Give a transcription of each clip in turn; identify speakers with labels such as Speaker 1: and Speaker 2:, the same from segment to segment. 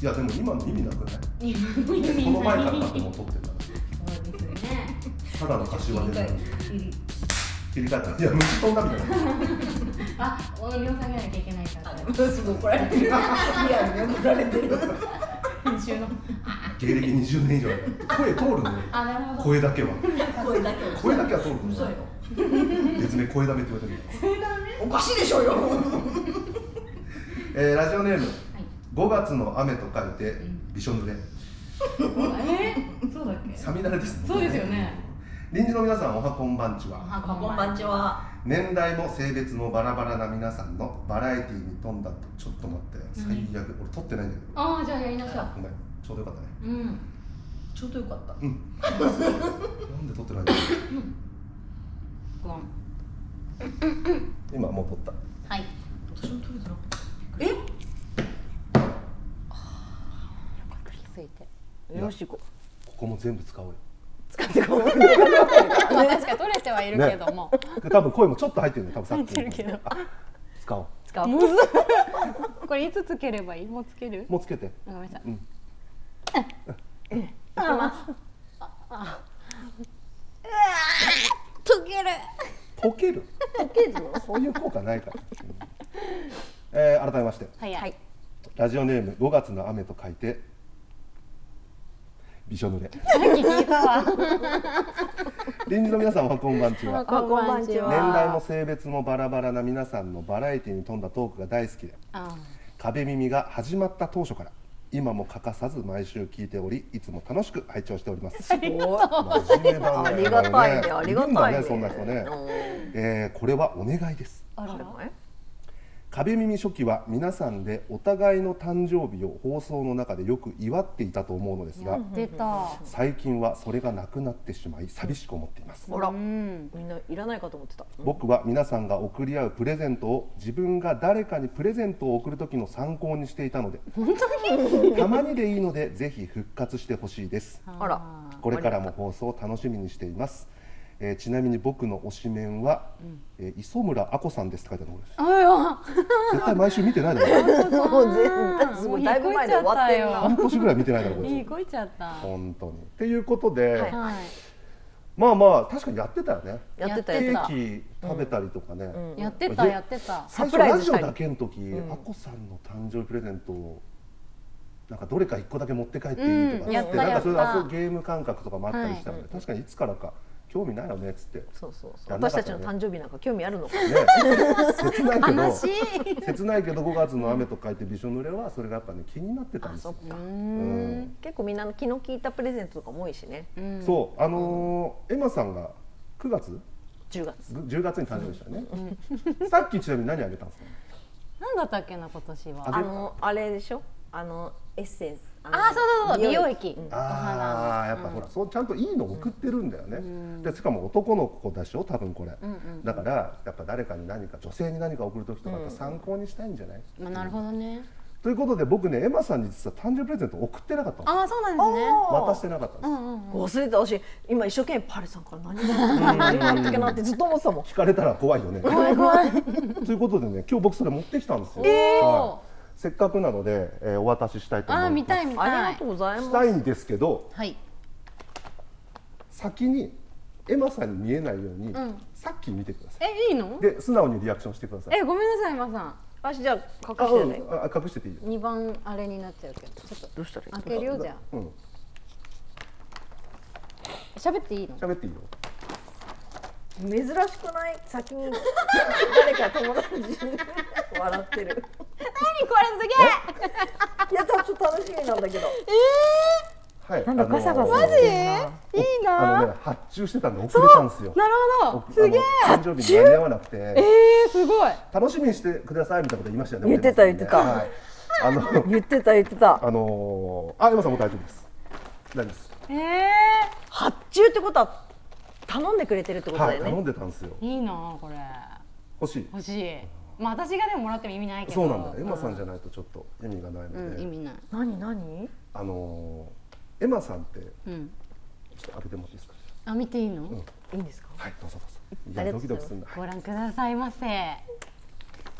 Speaker 1: いやでも今の意味なくない
Speaker 2: 日本の
Speaker 1: で
Speaker 2: 意味
Speaker 1: この前から
Speaker 2: そ
Speaker 1: だってもう撮ってんだか
Speaker 2: うですよね
Speaker 1: らただの柏でなんで
Speaker 2: うん
Speaker 1: 切り替えたいや虫飛んだみたいな
Speaker 2: あ音量下げなきゃいけないから
Speaker 3: すぐ怒られてる。リアルに怒られてる。
Speaker 2: 編集の
Speaker 1: 芸歴20年以上やから声通るのよ
Speaker 2: あなるほど
Speaker 1: 声だけは
Speaker 3: 声だけを。
Speaker 1: 声だけは通るの
Speaker 3: 嘘よ。
Speaker 1: 別名声だめって言われてる
Speaker 3: おかしいでしょうよ。
Speaker 1: えーラジオネーム
Speaker 2: はい
Speaker 1: 5月の雨と書いて
Speaker 2: ん
Speaker 1: びしょ濡れ
Speaker 2: えーそうだっけ
Speaker 1: サミダレですね
Speaker 2: そうですよね
Speaker 1: 臨時の皆さんおはこんばんちは
Speaker 2: あ
Speaker 3: こんばんちは。
Speaker 1: 年代も性別もバラバラな皆さんのバラエティに富んだとちょっと待って最
Speaker 2: 何
Speaker 1: 悪俺撮ってないんだけど
Speaker 2: ああじゃあやりましょう
Speaker 1: ごめんちょうどよかったね
Speaker 2: うん
Speaker 3: ちょうどよかった。
Speaker 1: なんで撮ってないんだろう
Speaker 2: ごん
Speaker 1: 今もう撮った
Speaker 2: はい
Speaker 3: 私も撮れてなかった。え？
Speaker 4: ついてよしこ
Speaker 1: ここも全部使おうよ
Speaker 4: 使ってこう
Speaker 2: まあ確かに取れてはいるけども、
Speaker 1: で多分声もちょっと入ってるね多分さっき
Speaker 4: 入ってるけど
Speaker 1: あ使おう
Speaker 4: 使うむずっこれいつつければいいもうつける
Speaker 1: もうつけて
Speaker 4: あごめんなさ
Speaker 1: う
Speaker 4: い
Speaker 1: ん
Speaker 4: 溶ける
Speaker 1: 溶ける溶けるそういう効果ないから、うんえー改めまして
Speaker 4: はいはい
Speaker 1: ラジオネーム5月の雨と書いてびしょ濡れ臨時の皆さんおはこんばんちは
Speaker 4: こんばんち
Speaker 1: 年代も性別もバラバラな皆さんのバラエティに富んだトークが大好きで
Speaker 4: あ
Speaker 1: 壁耳が始まった当初から今も欠かさず毎週聞いておりいつも楽しく拝聴しております真面目だね
Speaker 3: ありがたいねありが
Speaker 1: る
Speaker 3: たいね
Speaker 1: んだねそんな人ね、えーこれはお願いです
Speaker 4: あらら
Speaker 1: 壁耳初期は皆さんでお互いの誕生日を放送の中でよく祝っていたと思うのですが
Speaker 4: 出た
Speaker 1: 最近はそれがなくなってしまい寂しく思っています
Speaker 3: ほら
Speaker 4: う。ん
Speaker 3: みんないらないかと思ってた。
Speaker 1: 僕は皆さんが贈り合うプレゼントを自分が誰かにプレゼントを贈る時の参考にしていたのでたまにでいいのでぜひ復活してほしいです
Speaker 3: あら。
Speaker 1: これからも放送を楽しみにしています、えーちなみに僕の推しメンは、えー磯村あこさんですって書いてあるの
Speaker 4: あよ
Speaker 1: 絶対毎週見てないだろう
Speaker 3: もう全然すごい。だいぶ前で終わってるな。
Speaker 1: 半年ぐらい見てないだろうこいつ
Speaker 4: いい声ちゃった
Speaker 1: 本当にっていうことで、
Speaker 3: はい
Speaker 4: は
Speaker 1: まあまあ確かにやってたよね
Speaker 3: やってた
Speaker 1: ケ
Speaker 3: やってた。
Speaker 1: ーキ食べたりとかね、
Speaker 4: いやってたやってた
Speaker 1: 最初
Speaker 3: サプラ
Speaker 1: ラ
Speaker 3: イズ
Speaker 1: ジ
Speaker 3: し
Speaker 1: オ
Speaker 3: たり
Speaker 1: だけの時、あこさんの誕生日プレゼントをなんかどれか一個だけ持って帰っていいとかっ
Speaker 4: うん
Speaker 1: て、
Speaker 4: やった
Speaker 1: なんかそういう
Speaker 4: やった
Speaker 1: 遊ぶゲーム感覚とかもあったりしたので、確かにいつからか興味ないよねっつって、ね、
Speaker 3: そうそうそう。
Speaker 1: やんな
Speaker 3: 私
Speaker 1: かったた
Speaker 3: ち
Speaker 1: よ
Speaker 3: の
Speaker 1: ね
Speaker 3: 誕生日なんか興味あるのか。
Speaker 1: 切ないけど
Speaker 4: 悲しい
Speaker 1: 切ないけど5月の雨と書いてびしょ濡れはそれがやっぱね気になってたんですよ。
Speaker 3: か。
Speaker 1: うん
Speaker 3: 結構みんな気の利いたプレゼントとかも多いしね。
Speaker 1: そうあのーエマさんが9月
Speaker 3: 10月。
Speaker 1: ぐ10月に誕生日したよね、さっきちなみに何あげたんですか
Speaker 4: なんだったっけな今年は
Speaker 3: あのあれでしょ。あのエッセンス。あの
Speaker 4: あそうそうそう美容液
Speaker 1: ああやっぱほら、そうちゃんといいの送ってるんだよね、でしかも男の子だしょ多分これ、だからやっぱ誰かに何か女性に何か送る時とかやっぱ参考にしたいんじゃない、
Speaker 4: まあなるほどね
Speaker 1: ということで僕ねエマさんに実は誕生日プレゼント送ってなかったの
Speaker 4: ああそうなんですね
Speaker 1: 渡してなかったんです、
Speaker 3: 忘れてた私今一生懸命パレさんから何が何があったっけなってずっと思ってたもん。
Speaker 1: 聞かれたら怖いよね怖い怖い ということでね今日僕それ持ってきたんですよ、はい、せっかくなので、えーお渡ししたいと思いま
Speaker 4: あ
Speaker 1: す
Speaker 4: あ見たい見
Speaker 3: あり
Speaker 4: た
Speaker 3: が
Speaker 4: い
Speaker 3: とうござい
Speaker 1: した
Speaker 3: ます。
Speaker 1: いんですけど
Speaker 4: はい
Speaker 1: 先にエマさんに見えないように、さっき見てくださ
Speaker 4: えいいの
Speaker 1: いで素直にリアクションしてください
Speaker 4: えごめんなさい今さん
Speaker 3: 私じゃあ隠
Speaker 1: あ
Speaker 3: して
Speaker 1: うん
Speaker 3: ね。
Speaker 1: あ隠してていいよ
Speaker 4: 二番あれになっちゃうけどちょっ
Speaker 3: どうしたらいい
Speaker 4: と開けるよじゃ
Speaker 1: うん
Speaker 4: あ喋っていいの
Speaker 1: 喋っていいよ
Speaker 3: 珍しくない先に誰か友達に 笑ってる
Speaker 4: 何これすげえ
Speaker 3: いやちょっと楽しみなんだけど
Speaker 1: はい
Speaker 3: なんだ
Speaker 1: あのー
Speaker 3: ガサガサして
Speaker 4: いい
Speaker 1: あ
Speaker 4: な
Speaker 1: のね発注してたんで遅れたんですよ
Speaker 4: なるほどすげえ
Speaker 1: あの誕生日に間に合わなく
Speaker 4: え
Speaker 1: て
Speaker 4: ー、すごい
Speaker 1: 楽しみにしてくださいみたいなこと言いましたよね
Speaker 3: 言ってた
Speaker 1: 俺の時にね
Speaker 3: 言
Speaker 1: はいあの
Speaker 3: 言ってた言ってた
Speaker 1: あのーあ山さんもう大丈夫です大丈夫です
Speaker 4: え
Speaker 3: 発注ってことは頼んでくれてるってこと
Speaker 1: は
Speaker 3: だ
Speaker 1: い
Speaker 3: よね、
Speaker 1: 頼んでたんですよ
Speaker 4: ー、いいなこれ
Speaker 1: 欲しい
Speaker 4: 欲しいまあ私がでももらっても意味ないけど
Speaker 1: そうなんだよエマさんじゃないとちょっと意味がない
Speaker 4: うん
Speaker 1: の
Speaker 4: 意
Speaker 1: で
Speaker 4: 味ない
Speaker 3: 何何
Speaker 1: あのーエマさんってちょ
Speaker 4: うん
Speaker 1: っと開けてもらっていいですか
Speaker 4: あ見ていいの、
Speaker 3: いいんですか
Speaker 1: はいどうぞどうぞい
Speaker 3: あり
Speaker 1: や
Speaker 3: がと
Speaker 1: ド
Speaker 3: う
Speaker 1: キ
Speaker 3: ござ
Speaker 1: ドキ
Speaker 3: います
Speaker 1: するんだ
Speaker 4: ご覧くださいませ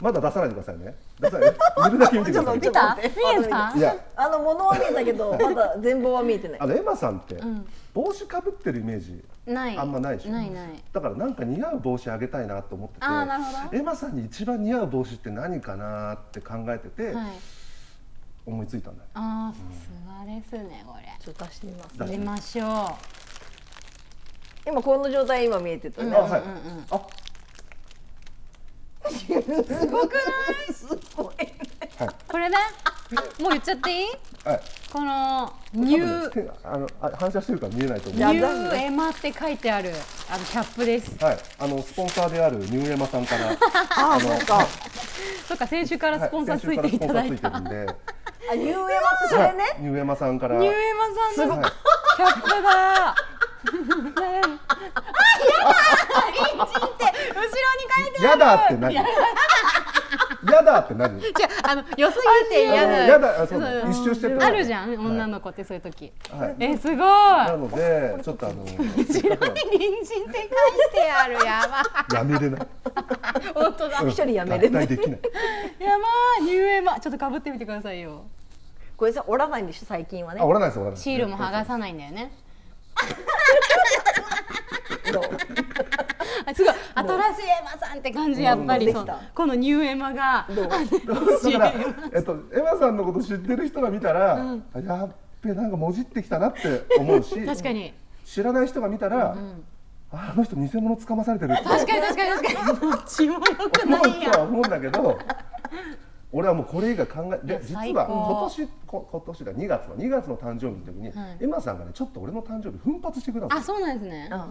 Speaker 1: まだ出さないでくださいね出さない見るだけ見てくだ さい
Speaker 3: ちょっと待って
Speaker 4: 見えた
Speaker 1: いや
Speaker 3: あの物は見えたけどまだ全貌は見えてない
Speaker 1: あのエマさんって帽子かぶってるイメージ
Speaker 4: ない
Speaker 1: あんまないでしょ
Speaker 4: ないない
Speaker 1: だからなんか似合う帽子あげたいなと思ってて
Speaker 4: あーなるほ
Speaker 1: エマさんに一番似合う帽子って何かなって考えてて
Speaker 4: はい
Speaker 1: 思いついたんだよ
Speaker 4: あーさすがですねこれ
Speaker 3: ちょっと出してみます
Speaker 1: 出して
Speaker 4: 出
Speaker 1: み
Speaker 4: ましょ
Speaker 3: 今この状態今見えてた
Speaker 1: あ
Speaker 3: ね、
Speaker 1: はいあ
Speaker 3: すごくないすごい
Speaker 4: うこれだあもう言っちゃっていい
Speaker 1: はい
Speaker 4: このニ
Speaker 1: ニ
Speaker 4: ュー
Speaker 1: あのあ反射してるから見えないと思う
Speaker 4: ニ
Speaker 3: や
Speaker 4: ューエマって書いてあるあのキャップです
Speaker 1: はいあのスポンサーであるニューエマさんから
Speaker 3: ああそうか
Speaker 4: そっか先週から
Speaker 1: は
Speaker 4: スポンサーつ
Speaker 1: 先週
Speaker 4: い
Speaker 1: から
Speaker 4: て
Speaker 1: ス
Speaker 4: い
Speaker 1: ポン
Speaker 4: た
Speaker 1: サー
Speaker 4: だ
Speaker 1: つ
Speaker 4: い
Speaker 1: いて
Speaker 4: た
Speaker 1: るんで
Speaker 3: あニューエマってそれね
Speaker 1: は いニューエマさんから
Speaker 4: ニューエマさんの
Speaker 1: はい
Speaker 4: キャップだ
Speaker 2: 後ろに書いて
Speaker 1: やだって何やだって何
Speaker 4: じゃあの良すぎて嫌だ
Speaker 1: やだあそうだ一周してた
Speaker 4: あるじゃん女の子ってそういう時、
Speaker 1: はい
Speaker 4: えすごい
Speaker 1: なのでちょっとあの
Speaker 4: 白い隣人って書いてあるやば
Speaker 1: やめれない
Speaker 4: い本当だ
Speaker 1: うん
Speaker 3: 一人やめれない
Speaker 1: 脱退できない
Speaker 4: やばいニューエマちょっとかぶってみてくださいよ
Speaker 3: これさ折らないんでしょ最近はね
Speaker 1: あ折らないです折らないです
Speaker 4: シールも剥がさないんだよね
Speaker 3: どう
Speaker 4: あすごい新しいエマさんって感じやっぱり
Speaker 3: もう
Speaker 4: そ
Speaker 3: で
Speaker 4: う
Speaker 3: きた
Speaker 4: このニューエマが
Speaker 3: どう
Speaker 1: だから、えっと、エマさんのこと知ってる人が見たら、あやっべなんかもじってきたなって思うし
Speaker 4: 確かに
Speaker 1: 知らない人が見たら、ああの人偽物つかまされてるって
Speaker 4: 確かに確かに確かに血もよく
Speaker 1: 思
Speaker 4: な
Speaker 1: う
Speaker 4: いや
Speaker 1: とは思うんだけど俺はもうこれ以外考え
Speaker 4: い
Speaker 1: で
Speaker 4: や
Speaker 1: 実
Speaker 4: 最
Speaker 1: は
Speaker 4: 高
Speaker 1: 今年こ今年だ2月の2月の誕生日の時に、エマさんがねちょっと俺の誕生日奮発してくれたんで
Speaker 4: あ
Speaker 1: すよ
Speaker 4: そうなんですね
Speaker 3: あ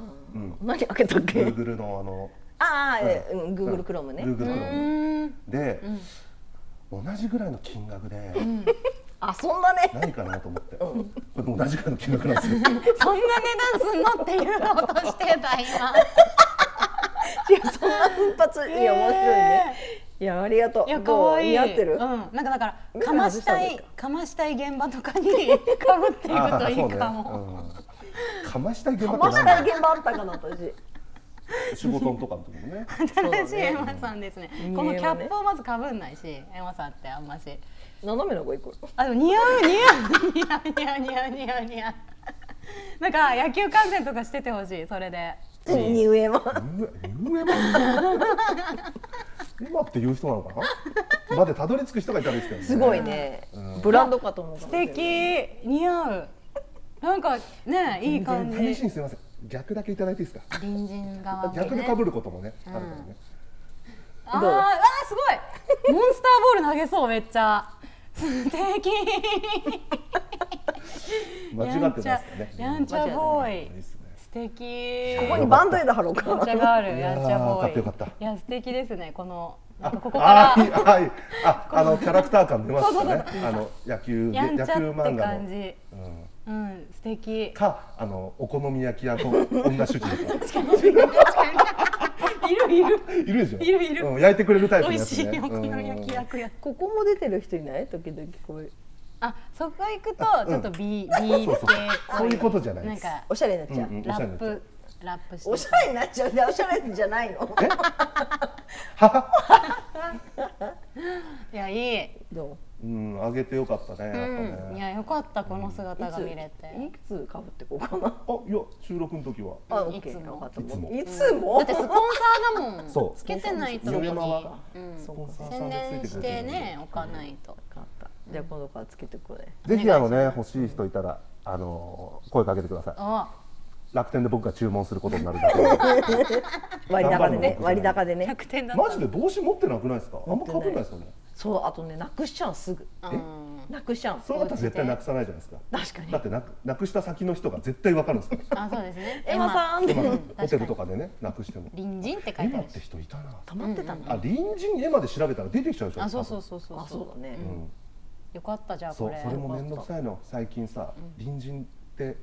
Speaker 3: 何開けたっけ
Speaker 1: Google のあの
Speaker 3: ああ、えうん、Google Chrome ね、
Speaker 1: Google
Speaker 4: う
Speaker 1: Chrome
Speaker 4: ーん
Speaker 1: で、同じぐらいの金額で、
Speaker 3: あそんなね
Speaker 1: 何かなと思って、これも同じぐらいの金額なん ですよ
Speaker 4: そんな値段すんのっていうのをとしてた今
Speaker 3: いやそんな奮発いや面白いねいやありがとう
Speaker 4: いや
Speaker 3: どう
Speaker 4: 可愛い
Speaker 3: 似合ってる、
Speaker 4: うん、なんかだから
Speaker 3: 目
Speaker 4: か
Speaker 3: が
Speaker 4: ま
Speaker 3: 外
Speaker 4: し
Speaker 3: した
Speaker 4: た
Speaker 3: 方がいい
Speaker 4: い
Speaker 3: か
Speaker 4: かましたい現場とかにかぶっていくといいか も、
Speaker 1: あーそうねうんかましたい現場
Speaker 3: ま
Speaker 1: って
Speaker 3: した
Speaker 1: 何
Speaker 3: い現場あったかな私
Speaker 1: 仕事のとかの時もね
Speaker 4: 新しいエマさんですね
Speaker 3: うん
Speaker 4: このキャップをまずかぶんないしエマさんってあんまし
Speaker 3: 斜めの子行く
Speaker 4: あでも似合う似合う似合う似合う似合う似合うなんか野球観戦とかしててほしいそれで
Speaker 3: ニューエマ
Speaker 1: うわ言えば 今って言う人なのかなまでたどり着く人がいたんですけど、ね、
Speaker 3: すごいね、ブランドかと思うか
Speaker 4: 素
Speaker 3: もしれない
Speaker 4: 敵似合うなんかねいい感
Speaker 1: 全然試し
Speaker 4: じ
Speaker 1: にすみません逆だけいただいていいですか
Speaker 4: 隣人側もね
Speaker 1: 逆で被ることもね、あるからね
Speaker 4: あー
Speaker 3: どう
Speaker 4: あーす ごいモンスターボール投げそうめっちゃ素敵
Speaker 1: 間違ってないですかね
Speaker 4: やんちゃやんちゃボーイ
Speaker 1: いいっすね
Speaker 4: 素敵
Speaker 3: ここにバンドエイド貼ろう
Speaker 4: やん
Speaker 3: か
Speaker 4: ちゃがある
Speaker 1: いやー
Speaker 4: やんちゃボーイ
Speaker 1: よかったよかっ
Speaker 4: いや素敵ですねこのなんかここ
Speaker 1: あ
Speaker 4: か
Speaker 1: ーいいあーいいああのキャラクター感出ました
Speaker 4: そう
Speaker 1: ねあの野球
Speaker 4: らやんちゃ
Speaker 1: 野
Speaker 4: っ
Speaker 1: 球
Speaker 4: て
Speaker 1: 漫画
Speaker 4: 感
Speaker 1: の、
Speaker 4: じ
Speaker 1: うん、
Speaker 4: うん 素敵
Speaker 1: かあのお好み焼き屋の女主人公
Speaker 4: いるいる
Speaker 1: いるでしょ
Speaker 4: いるいる
Speaker 1: うん、焼いてくれるタイプの
Speaker 4: 美
Speaker 1: やつ
Speaker 4: 味し
Speaker 1: ね
Speaker 4: いお好み
Speaker 1: うん
Speaker 4: 焼き役や
Speaker 3: ここも出てる人いない時々こういう
Speaker 4: あそこ行くとちょっと B B 系
Speaker 1: そうそうそういうことじゃない
Speaker 4: なん
Speaker 1: です
Speaker 4: か
Speaker 3: おしゃれになっちゃう、
Speaker 1: うんうん
Speaker 4: ラップラップして
Speaker 3: おしゃれになっちゃういやおしゃれじゃないの
Speaker 1: えはは
Speaker 4: いやいい
Speaker 3: ど
Speaker 1: うんあげてよかったねやっぱ
Speaker 4: うんい
Speaker 1: ね、
Speaker 4: やよかったこの姿が
Speaker 3: う
Speaker 4: 見れて
Speaker 3: いつかぶってこうかな
Speaker 1: あいや収録の時は
Speaker 3: あ
Speaker 4: うん
Speaker 3: オッケ
Speaker 4: いつ
Speaker 3: ー
Speaker 4: も
Speaker 3: よかった
Speaker 1: いつも
Speaker 3: いつも
Speaker 4: だってスポンサーだもん
Speaker 1: そう
Speaker 4: つけてないと
Speaker 1: 米山は
Speaker 4: うん
Speaker 1: スポンサーさ
Speaker 4: 宣
Speaker 1: んで
Speaker 4: 伝
Speaker 1: ついて
Speaker 4: し
Speaker 1: くれて
Speaker 4: て
Speaker 1: るんで
Speaker 4: ね置かないと
Speaker 3: よかったじゃあ今度からつけてこれ
Speaker 1: ぜひあのね欲しい人いたらあの声かけてください
Speaker 4: あ
Speaker 1: 楽天で僕が注文することになるだけ で
Speaker 3: 割高でね
Speaker 1: 頑張るの
Speaker 3: 割高でね
Speaker 4: 100点だった
Speaker 1: マジで帽子持ってなくないですかあんま被んないですよね
Speaker 3: そうあとねなくしちゃうすぐ
Speaker 4: うん
Speaker 3: なくしちゃう
Speaker 1: そうだったら絶対なくさないじゃないですか
Speaker 3: 確かに
Speaker 1: だってなくなくした先の人が絶対わかるんですから
Speaker 4: あそうですね
Speaker 3: エマさん
Speaker 1: 今
Speaker 3: って
Speaker 1: ホテルとかでねなくしても
Speaker 4: 隣人って書いて
Speaker 1: 今
Speaker 4: あ
Speaker 1: っ
Speaker 4: る
Speaker 1: て
Speaker 4: し
Speaker 1: 人いたな
Speaker 3: 溜まってたんだ
Speaker 1: あ隣人絵まで調べたら出てきちゃうでしょ
Speaker 4: あそうそうそうそう
Speaker 3: あそうだね
Speaker 1: 多分うん
Speaker 4: よかったじゃあ
Speaker 1: そ
Speaker 4: こ
Speaker 1: う
Speaker 4: れ
Speaker 1: それも面倒くさいの最近さ隣人って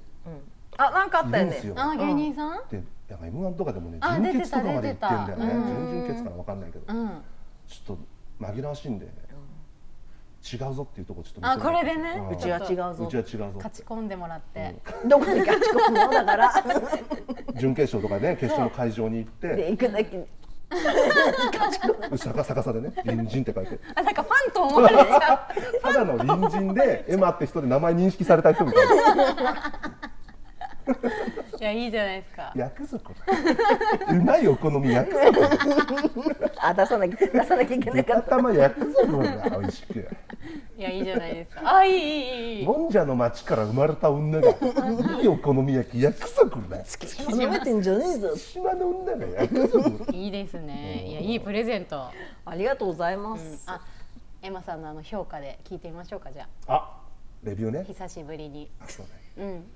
Speaker 3: あなんかあっ
Speaker 1: い
Speaker 3: た
Speaker 1: る
Speaker 3: よ
Speaker 1: んす
Speaker 3: ね
Speaker 1: よ
Speaker 4: あ芸人さん
Speaker 1: でなんか M1 とかでもね
Speaker 4: あ
Speaker 1: 準決とかまで
Speaker 4: 出
Speaker 1: 行っててん
Speaker 4: た
Speaker 1: だよね
Speaker 4: 出てたう
Speaker 1: 準
Speaker 4: ん
Speaker 1: 々決かなわかんないけどちょ
Speaker 4: うん
Speaker 1: っと紛らわしいんで違うぞっていうとこちょっと見せ
Speaker 4: あ
Speaker 1: ない
Speaker 4: これでね
Speaker 1: うん
Speaker 3: うちは違う
Speaker 1: う
Speaker 3: ぞ
Speaker 1: ちは違うぞ
Speaker 4: 勝ち込んでもらって
Speaker 3: どこに勝ち込むのだから
Speaker 1: 準決勝とかね決勝の会場に行って
Speaker 3: で行くだけ
Speaker 1: 逆さ逆さで ね隣人って書いて
Speaker 4: あなんかファンと思わ れちゃう
Speaker 1: ただの隣人でエマって人で名前認識された人 みたいない
Speaker 4: やいいじゃないですか
Speaker 1: 役族だうまいお好み役 族だ
Speaker 3: あ出さなきゃ出さなきゃいけなか
Speaker 1: 豚
Speaker 3: った。
Speaker 1: 玉役族だ美味しく
Speaker 4: いやいいじゃないで すかあいいいいいいいい
Speaker 1: もんじゃの町から生まれた女がいいお好み焼き役族だ
Speaker 3: 舐めてんじゃねえぞ。
Speaker 1: 島の女が役族
Speaker 4: いいですねいやいいプレゼント
Speaker 3: ありがとうございます。
Speaker 4: あエマさんのあの評価で聞いてみましょうかじゃあ
Speaker 1: あレビューね
Speaker 4: 久しぶりに
Speaker 1: あそうね
Speaker 4: うん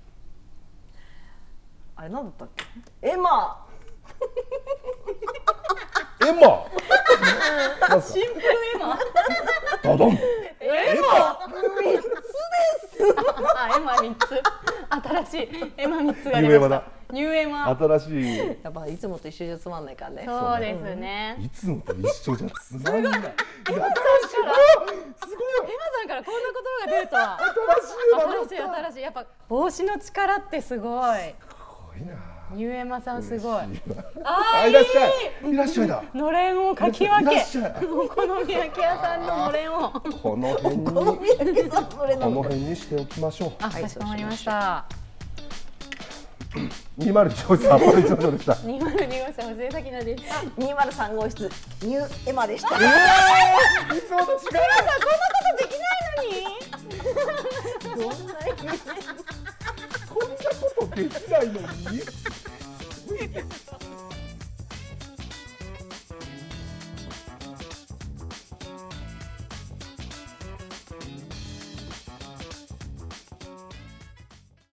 Speaker 3: あれなんだったっけ？エマ。
Speaker 1: エマなんすか
Speaker 4: シンプルエマ
Speaker 1: ドドンエマ
Speaker 4: あエマ三つ新しいエマ三つが
Speaker 1: ニューエマ だ
Speaker 4: ニューエマ
Speaker 1: 新しい
Speaker 3: やっぱいつもと一緒じゃつまんないからね。
Speaker 4: そうですね
Speaker 1: いつもと一緒じゃつまんない。新しい。すごい。
Speaker 4: エマさんからこんな言葉が出るとは
Speaker 1: 新し
Speaker 4: 新し
Speaker 1: い
Speaker 4: い
Speaker 1: エマだった。
Speaker 4: 新しいやっぱ帽子の力ってすごい
Speaker 1: すごいな。
Speaker 4: ニューエマさんすごい
Speaker 1: あーいらっしゃい。いらっしゃいだ。
Speaker 4: のれんをかき分
Speaker 1: いら
Speaker 4: け
Speaker 1: っしゃい
Speaker 4: お好み焼き屋さんののれんを
Speaker 1: この辺に
Speaker 3: 好み焼きさそれな
Speaker 1: この
Speaker 3: の。
Speaker 1: 辺にしておきましょう。
Speaker 4: あ、かしこまりました
Speaker 1: 二丸一号さん、一号でした。
Speaker 4: 202号車補正先なでした
Speaker 3: 二丸三号室ニューエマでした。
Speaker 1: いつもと違う。
Speaker 4: できないのに
Speaker 3: どんな
Speaker 1: tá こんなことできないのに。